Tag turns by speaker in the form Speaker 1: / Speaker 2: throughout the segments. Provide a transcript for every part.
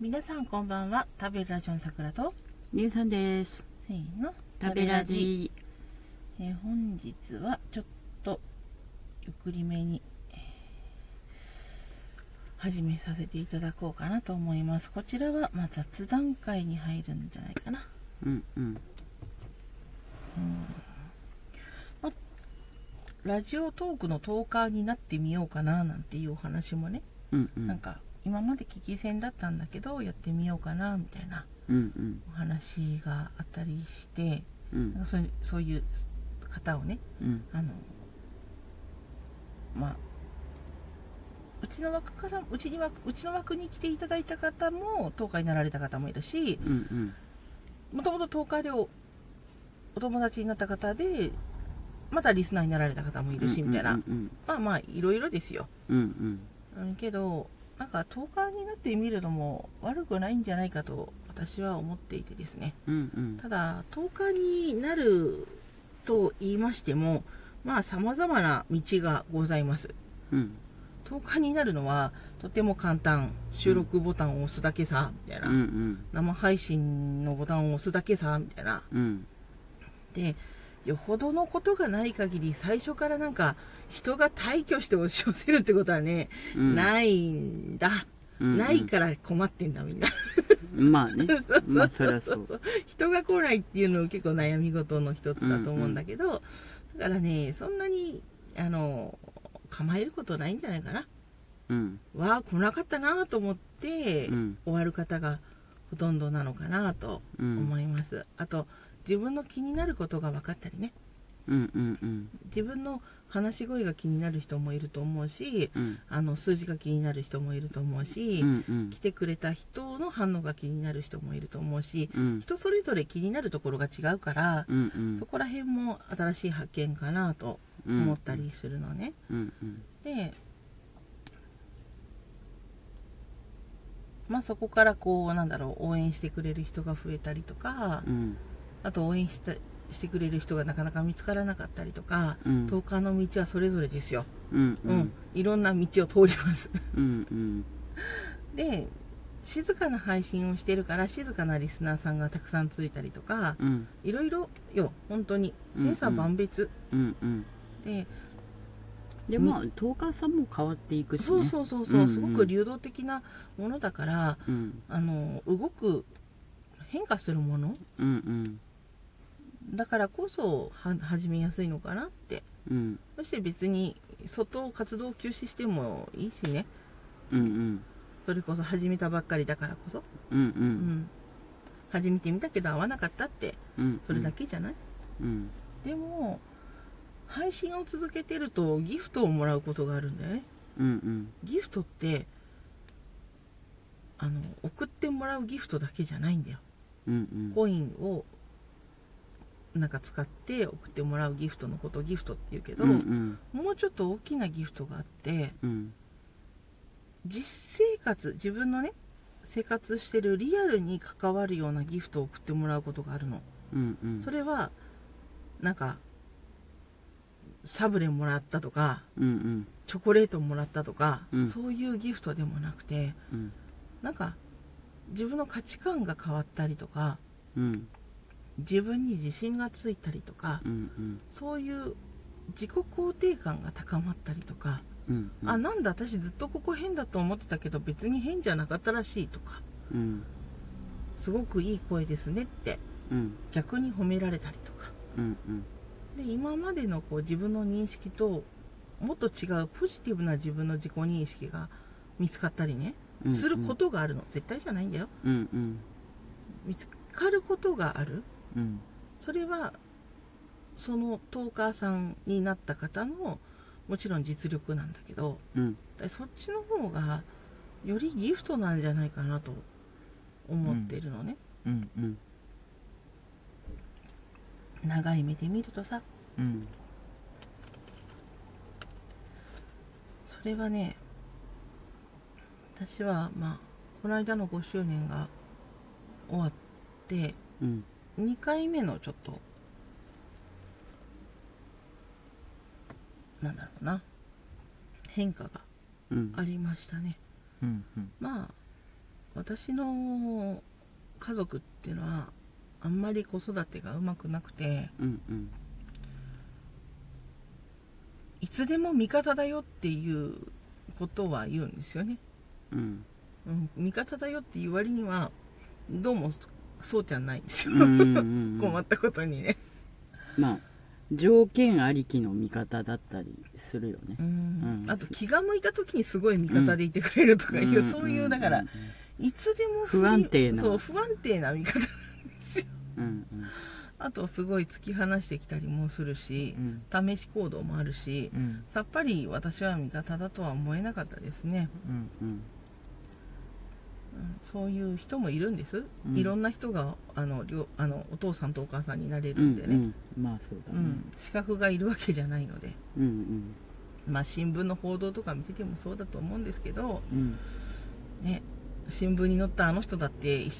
Speaker 1: 皆さんこんばんは食べるラジオの桜と
Speaker 2: ニューさんです。
Speaker 1: せーの
Speaker 2: 食べラ
Speaker 1: 食べラ
Speaker 2: ジ。
Speaker 1: ジえー本日はちょっとゆっくりめにえー始めさせていただこうかなと思いますこちらはまあ雑談会に入るんじゃないかな
Speaker 2: うんうん。
Speaker 1: ラジオトークのトーカーになってみようかななんていうお話もね、
Speaker 2: うんうん。
Speaker 1: なんか今まで聞き戦だったんだけどやってみようかなみたいな
Speaker 2: うんうん
Speaker 1: お話があったりして
Speaker 2: うんうん
Speaker 1: なんかそういうそういう方をね
Speaker 2: うん
Speaker 1: あのまあうちの枠からうちに枠うちの枠に来ていただいた方も東海になられた方もいるし
Speaker 2: うん
Speaker 1: もともと東海でおお友達になった方でまたリスナーになられた方もいるしみたいな、
Speaker 2: うん
Speaker 1: まあまあいろいろですよ、
Speaker 2: うんうん
Speaker 1: うん、けどなんか東海になってみるのも悪くないんじゃないかと私は思っていてですね
Speaker 2: うんうん
Speaker 1: ただ10日になると言いましてもまあ様々な道がございます
Speaker 2: うん
Speaker 1: 10日になるのはとても簡単収録ボタンを押すだけさみたいな、
Speaker 2: うんうん
Speaker 1: 生配信のボタンを押すだけさみたいな
Speaker 2: うん
Speaker 1: でよほどのことがない限り最初からなんか人が退去して押し寄せるってことはね、
Speaker 2: うん
Speaker 1: ないんだ、
Speaker 2: うん
Speaker 1: ないから困ってんだみんな
Speaker 2: まあね
Speaker 1: そうそう
Speaker 2: まあそりゃそう
Speaker 1: 人が来ないっていうの結構悩み事の一つだと思うんだけど、だからねそんなにあの構えることないんじゃないかな
Speaker 2: うん
Speaker 1: わあ来なかったなと思って、
Speaker 2: うん
Speaker 1: 終わる方がほとんどなのかなと
Speaker 2: うん
Speaker 1: 思います、あと自分の気になることが分かったりね
Speaker 2: うんうんうん
Speaker 1: 自分の話し声が気になる人もいると思うし
Speaker 2: うん
Speaker 1: あの数字が気になる人もいると思うし、
Speaker 2: うんうん
Speaker 1: 来てくれた人の反応が気になる人もいると思うし
Speaker 2: うん
Speaker 1: 人それぞれ気になるところが違うから、
Speaker 2: うんうん
Speaker 1: そこら辺も新しい発見かなと思ったりするのね。
Speaker 2: うんうん
Speaker 1: で、まあそこからこう、なんだろう、応援してくれる人が増えたりとか
Speaker 2: う、ん
Speaker 1: あと応援したしてくれる人がなかなか見つからなかったりとか、
Speaker 2: うん
Speaker 1: 10日の道はそれぞれですよ。
Speaker 2: うんう
Speaker 1: うんん。いろんな道を通ります。
Speaker 2: うんうん
Speaker 1: で、静かな配信をしてるから、静かなリスナーさんがたくさんついたりとか、
Speaker 2: うん
Speaker 1: いろいろよ、本当に。千差万別。
Speaker 2: うんうん
Speaker 1: で、
Speaker 2: でまあトーカーさんも変わっていくしね
Speaker 1: そうそうそうそう、
Speaker 2: うんうん
Speaker 1: すごく流動的なものだから
Speaker 2: うん
Speaker 1: あの動く変化するもの
Speaker 2: うんうん
Speaker 1: だからこそは始めやすいのかなって
Speaker 2: うん
Speaker 1: そして別に外活動を休止してもいいしね
Speaker 2: うんうん
Speaker 1: それこそ始めたばっかりだからこそ、
Speaker 2: うんうんう
Speaker 1: うんん、始めてみたけど合わなかったって
Speaker 2: うん
Speaker 1: それだけじゃない、
Speaker 2: うん
Speaker 1: でも配信を続けてるとギフトをもらうことがあるんだよね
Speaker 2: うん
Speaker 1: ギフトってあの送ってもらうギフトだけじゃないんだよ
Speaker 2: うんうん
Speaker 1: コインをなんか使って送ってもらうギフトのことをギフトって言うけど、
Speaker 2: うんうん
Speaker 1: もうちょっと大きなギフトがあって
Speaker 2: うん
Speaker 1: 実生活自分のね生活してるリアルに関わるようなギフトを送ってもらうことがあるの
Speaker 2: うんうん
Speaker 1: それはなんかサブレもらったとか
Speaker 2: うんうん
Speaker 1: チョコレートもらったとか、
Speaker 2: うん
Speaker 1: そういうギフトでもなくて
Speaker 2: うん
Speaker 1: なんか自分の価値観が変わったりとか
Speaker 2: うん
Speaker 1: 自分に自信がついたりとか
Speaker 2: うんうん
Speaker 1: そういう自己肯定感が高まったりとか、
Speaker 2: うんうん
Speaker 1: あなんだ私ずっとここ変だと思ってたけど別に変じゃなかったらしいとか
Speaker 2: うん
Speaker 1: すごくいい声ですねって
Speaker 2: うん
Speaker 1: 逆に褒められたりとか
Speaker 2: うんうん
Speaker 1: で今までのこう自分の認識ともっと違うポジティブな自分の自己認識が見つかったりね
Speaker 2: うん
Speaker 1: することがあるの絶対じゃないんだよ
Speaker 2: うんうん
Speaker 1: 見つかることがある
Speaker 2: うん
Speaker 1: それはそのトーカーさんになった方のもちろん実力なんだけど、
Speaker 2: うん
Speaker 1: でそっちの方がよりギフトなんじゃないかなと思ってるのね、
Speaker 2: うんうん
Speaker 1: 長い目で見るとさ
Speaker 2: うん
Speaker 1: それはね私はまあこの間の5周年が終わって
Speaker 2: うん
Speaker 1: 2回目のちょっとなんだろうな変化が
Speaker 2: うん
Speaker 1: ありましたね
Speaker 2: うんうん
Speaker 1: まあ私の家族っていうのはあんまり子育てがうまくなくて
Speaker 2: うんうん
Speaker 1: いつでも味方だよっていうことは言うんですよね、
Speaker 2: うん
Speaker 1: うん、味方だよっていう割にはどうもそうじゃないんですよ、
Speaker 2: うんうんうん、
Speaker 1: 困ったことにね、
Speaker 2: まあ条件ありきの味方だったりするよね
Speaker 1: う。ん
Speaker 2: うん
Speaker 1: あと気が向いた時にすごい味方でいてくれるとかいう、
Speaker 2: ん
Speaker 1: そういうだから
Speaker 2: ん
Speaker 1: いつでも
Speaker 2: 不安定な
Speaker 1: そう不安定な味方
Speaker 2: うん
Speaker 1: あとすごい突き放してきたりもするし
Speaker 2: う、ん
Speaker 1: 試し行動もあるし、
Speaker 2: うん
Speaker 1: さっぱり私は味方だとは思えなかったですね、
Speaker 2: うんうん
Speaker 1: うんそういう人もいるんです、
Speaker 2: うん
Speaker 1: いろんな人があの両あのお父さんとお母さんになれるんでね、
Speaker 2: うんうんまあそうだ
Speaker 1: うん
Speaker 2: ね。
Speaker 1: 資格がいるわけじゃないので、
Speaker 2: うん
Speaker 1: まあ、新聞の報道とか見ててもそうだと思うんですけど、
Speaker 2: うんうん
Speaker 1: ね、新聞に載ったあの人だってい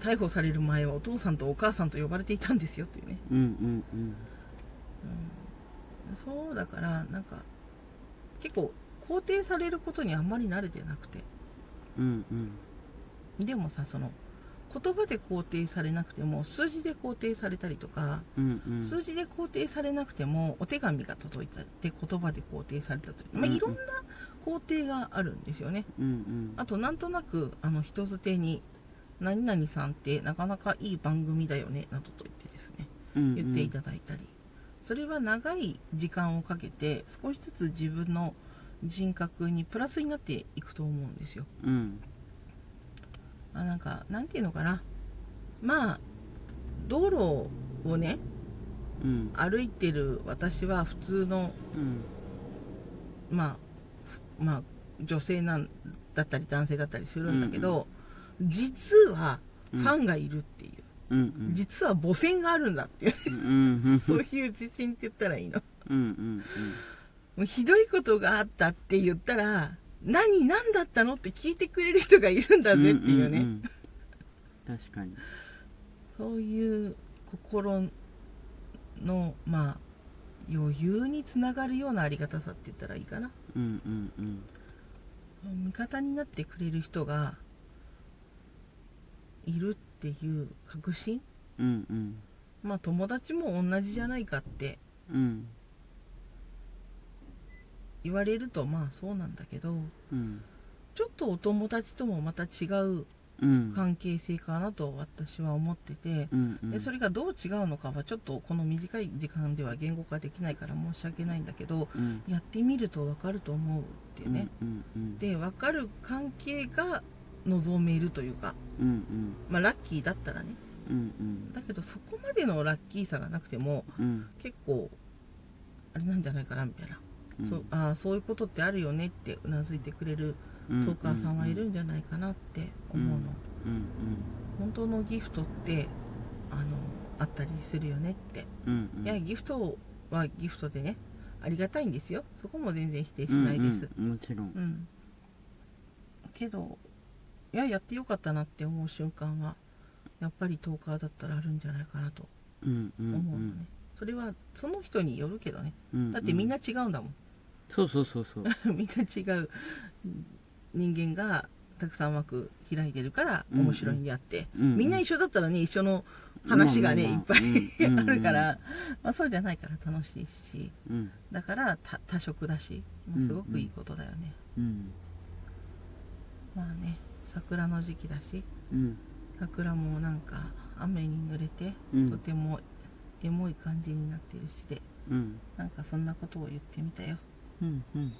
Speaker 1: 逮捕される前はお父さんとお母さんと呼ばれていたんですよっていうね、
Speaker 2: うんうん
Speaker 1: うん、そうだからなんか結構肯定されることにあんまり慣れてなくて
Speaker 2: うんうん
Speaker 1: でもさその言葉で肯定されなくても数字で肯定されたりとか、
Speaker 2: うんうん
Speaker 1: 数字で肯定されなくてもお手紙が届いたって言葉で肯定されたという、まあ、
Speaker 2: うんうん
Speaker 1: いろんな肯定があるんですよね
Speaker 2: うんうん
Speaker 1: あとなんとなくあの人づてに「何々さんってなかなかいい番組だよね」などと言ってですね言っていただいたり、それは長い時間をかけて少しずつ自分の人格にプラスになっていくと思うんですよ
Speaker 2: うん
Speaker 1: あなんかなんていうのかなまあ道路をね
Speaker 2: うん
Speaker 1: 歩いてる私は普通の
Speaker 2: うん
Speaker 1: まあふまあ女性なんだったり男性だったりするんだけど、実はファンがいるっていう、
Speaker 2: うんうん
Speaker 1: 実は母船があるんだっていう、
Speaker 2: うん
Speaker 1: そういう自信って言ったらいいの
Speaker 2: うんうん
Speaker 1: もうひどいことがあったって言ったら何何だったのって聞いてくれる人がいるんだぜっていうね、
Speaker 2: んんん確かに
Speaker 1: そういう心のまあ余裕につながるようなありがたさって言ったらいいかな
Speaker 2: うんうんうん
Speaker 1: 味方になってくれる人がいるっていう確信
Speaker 2: うんうん
Speaker 1: まあ友達も同じじゃないかって
Speaker 2: うん
Speaker 1: 言われるとまあそうなんだけど
Speaker 2: うん
Speaker 1: ちょっとお友達ともまた違う
Speaker 2: うん
Speaker 1: 関係性かなと私は思ってて
Speaker 2: うんうん
Speaker 1: でそれがどう違うのかはちょっとこの短い時間では言語化できないから申し訳ないんだけど
Speaker 2: うん
Speaker 1: やってみると分かると思うっていうね、
Speaker 2: うんうん
Speaker 1: で分かる関係が望めるというか、
Speaker 2: うんうん
Speaker 1: まあ、ラッキーだったらね
Speaker 2: うんうん
Speaker 1: だけどそこまでのラッキーさがなくても
Speaker 2: うん
Speaker 1: 結構あれなんじゃないかなみたいな、
Speaker 2: うん
Speaker 1: そうああそういうことってあるよねってうなずいてくれる
Speaker 2: う
Speaker 1: ト
Speaker 2: ん
Speaker 1: ーカーさんはいるんじゃないかなって思うの、
Speaker 2: うんうん
Speaker 1: 本当のギフトってあのあったりするよねって、
Speaker 2: うんうんうん
Speaker 1: いやギフトはギフトでねありがたいんですよそこも全然否定しないです、
Speaker 2: うんうんもちろん
Speaker 1: うん、けどいややってよかったなって思う瞬間はやっぱり10日だったらあるんじゃないかなと
Speaker 2: うんうんう
Speaker 1: 思うのね、
Speaker 2: ん
Speaker 1: それはその人によるけどね
Speaker 2: うん
Speaker 1: だってみんな違うんだもん、
Speaker 2: そうそうそうそう
Speaker 1: みんな違う人間がたくさん枠開いてるから面白いんであって、 みんな一緒だったらね一緒の話がね、
Speaker 2: まあまあまあ
Speaker 1: いっぱい
Speaker 2: うん
Speaker 1: あるから、まあ、そうじゃないから楽しいし
Speaker 2: うん
Speaker 1: だから多多色だし、まあすごくいいことだよね、
Speaker 2: うん
Speaker 1: まあね桜の時期だし
Speaker 2: うん
Speaker 1: 桜もなんか雨に濡れて、
Speaker 2: うん
Speaker 1: とてもエモい感じになってるしで
Speaker 2: うん
Speaker 1: なんかそんなことを言ってみたよ
Speaker 2: うんうん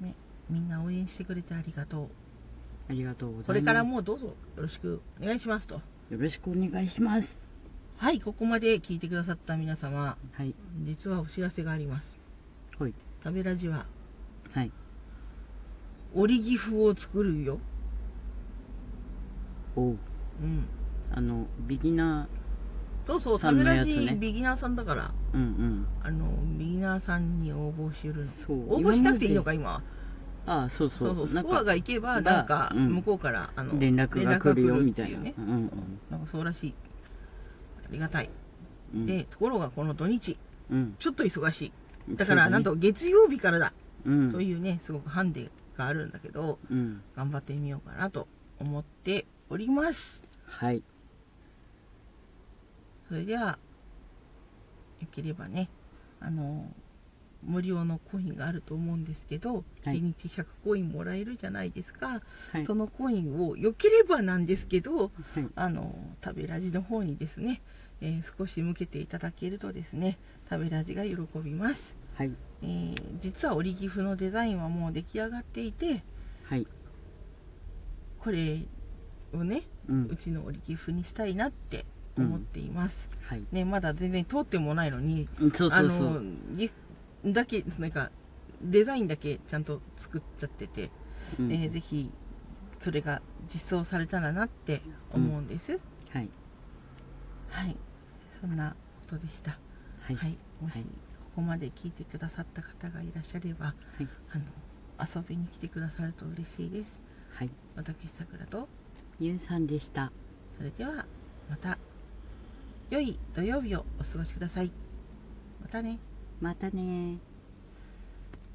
Speaker 1: ねみんな応援してくれてありがとう
Speaker 2: ありがとうございます
Speaker 1: これからもどうぞよろしくお願いしますと
Speaker 2: よろしくお願いします
Speaker 1: はいここまで聞いてくださった皆様
Speaker 2: はい
Speaker 1: 実はお知らせがあります
Speaker 2: はい
Speaker 1: 食べラジは
Speaker 2: はい
Speaker 1: 折り岐阜を作るよ
Speaker 2: おう
Speaker 1: うん
Speaker 2: あのビギナ
Speaker 1: そうそう
Speaker 2: さ
Speaker 1: 食べ
Speaker 2: んの
Speaker 1: ラ
Speaker 2: やつね
Speaker 1: ジ、ビギナーさんだから
Speaker 2: ーうんうん
Speaker 1: あのビギナーさんに応募してるの
Speaker 2: そう
Speaker 1: 応募しなくていいのか今は
Speaker 2: ああそうそ
Speaker 1: そううそう
Speaker 2: な
Speaker 1: ス
Speaker 2: んか
Speaker 1: コアがいけばなんか
Speaker 2: うん
Speaker 1: 向こうから、あの
Speaker 2: 連絡が来るよみたいな
Speaker 1: 連絡が来るってうね
Speaker 2: うんうん
Speaker 1: なんかそうらしいありがたい、
Speaker 2: うん
Speaker 1: でところがこの土日
Speaker 2: うん
Speaker 1: ちょっと忙しいだか
Speaker 2: そ
Speaker 1: ら
Speaker 2: うね
Speaker 1: なんと月曜日からだ
Speaker 2: うん
Speaker 1: というねすごくハンデがあるんだけど
Speaker 2: うん
Speaker 1: 頑張ってみようかなと思っております。
Speaker 2: はい。
Speaker 1: それでは、よければね、あの、無料のコインがあると思うんですけど、
Speaker 2: はい
Speaker 1: 1日100コインもらえるじゃないですか。
Speaker 2: はい。
Speaker 1: そのコインを、よければなんですけど、
Speaker 2: はい。
Speaker 1: あの、食べラジの方にですね、えー少し向けていただけるとですね、食べラジが喜びます。
Speaker 2: はい。
Speaker 1: えー実は折りギフのデザインはもう出来上がっていて、
Speaker 2: はい。
Speaker 1: これをね、
Speaker 2: う。
Speaker 1: うんちの折りギフにしたいなって思っています。
Speaker 2: はい。
Speaker 1: ね、まだ全然通ってもないのに、
Speaker 2: うんそうそうそ
Speaker 1: あの
Speaker 2: う。
Speaker 1: ギフだけなんかデザインだけちゃんと作っちゃってて、
Speaker 2: うん
Speaker 1: えーぜひそれが実装されたらなって思うんです、
Speaker 2: はい。
Speaker 1: はいそんなことでした
Speaker 2: はい。
Speaker 1: はい、もし
Speaker 2: はい
Speaker 1: ここまで聞いてくださった方がいらっしゃれば、
Speaker 2: い
Speaker 1: あの遊びに来てくださると嬉しいです
Speaker 2: はい。
Speaker 1: 私さくらと
Speaker 2: ゆうさんでした。
Speaker 1: それではまた良い土曜日をお過ごしくださいまたね
Speaker 2: またねー。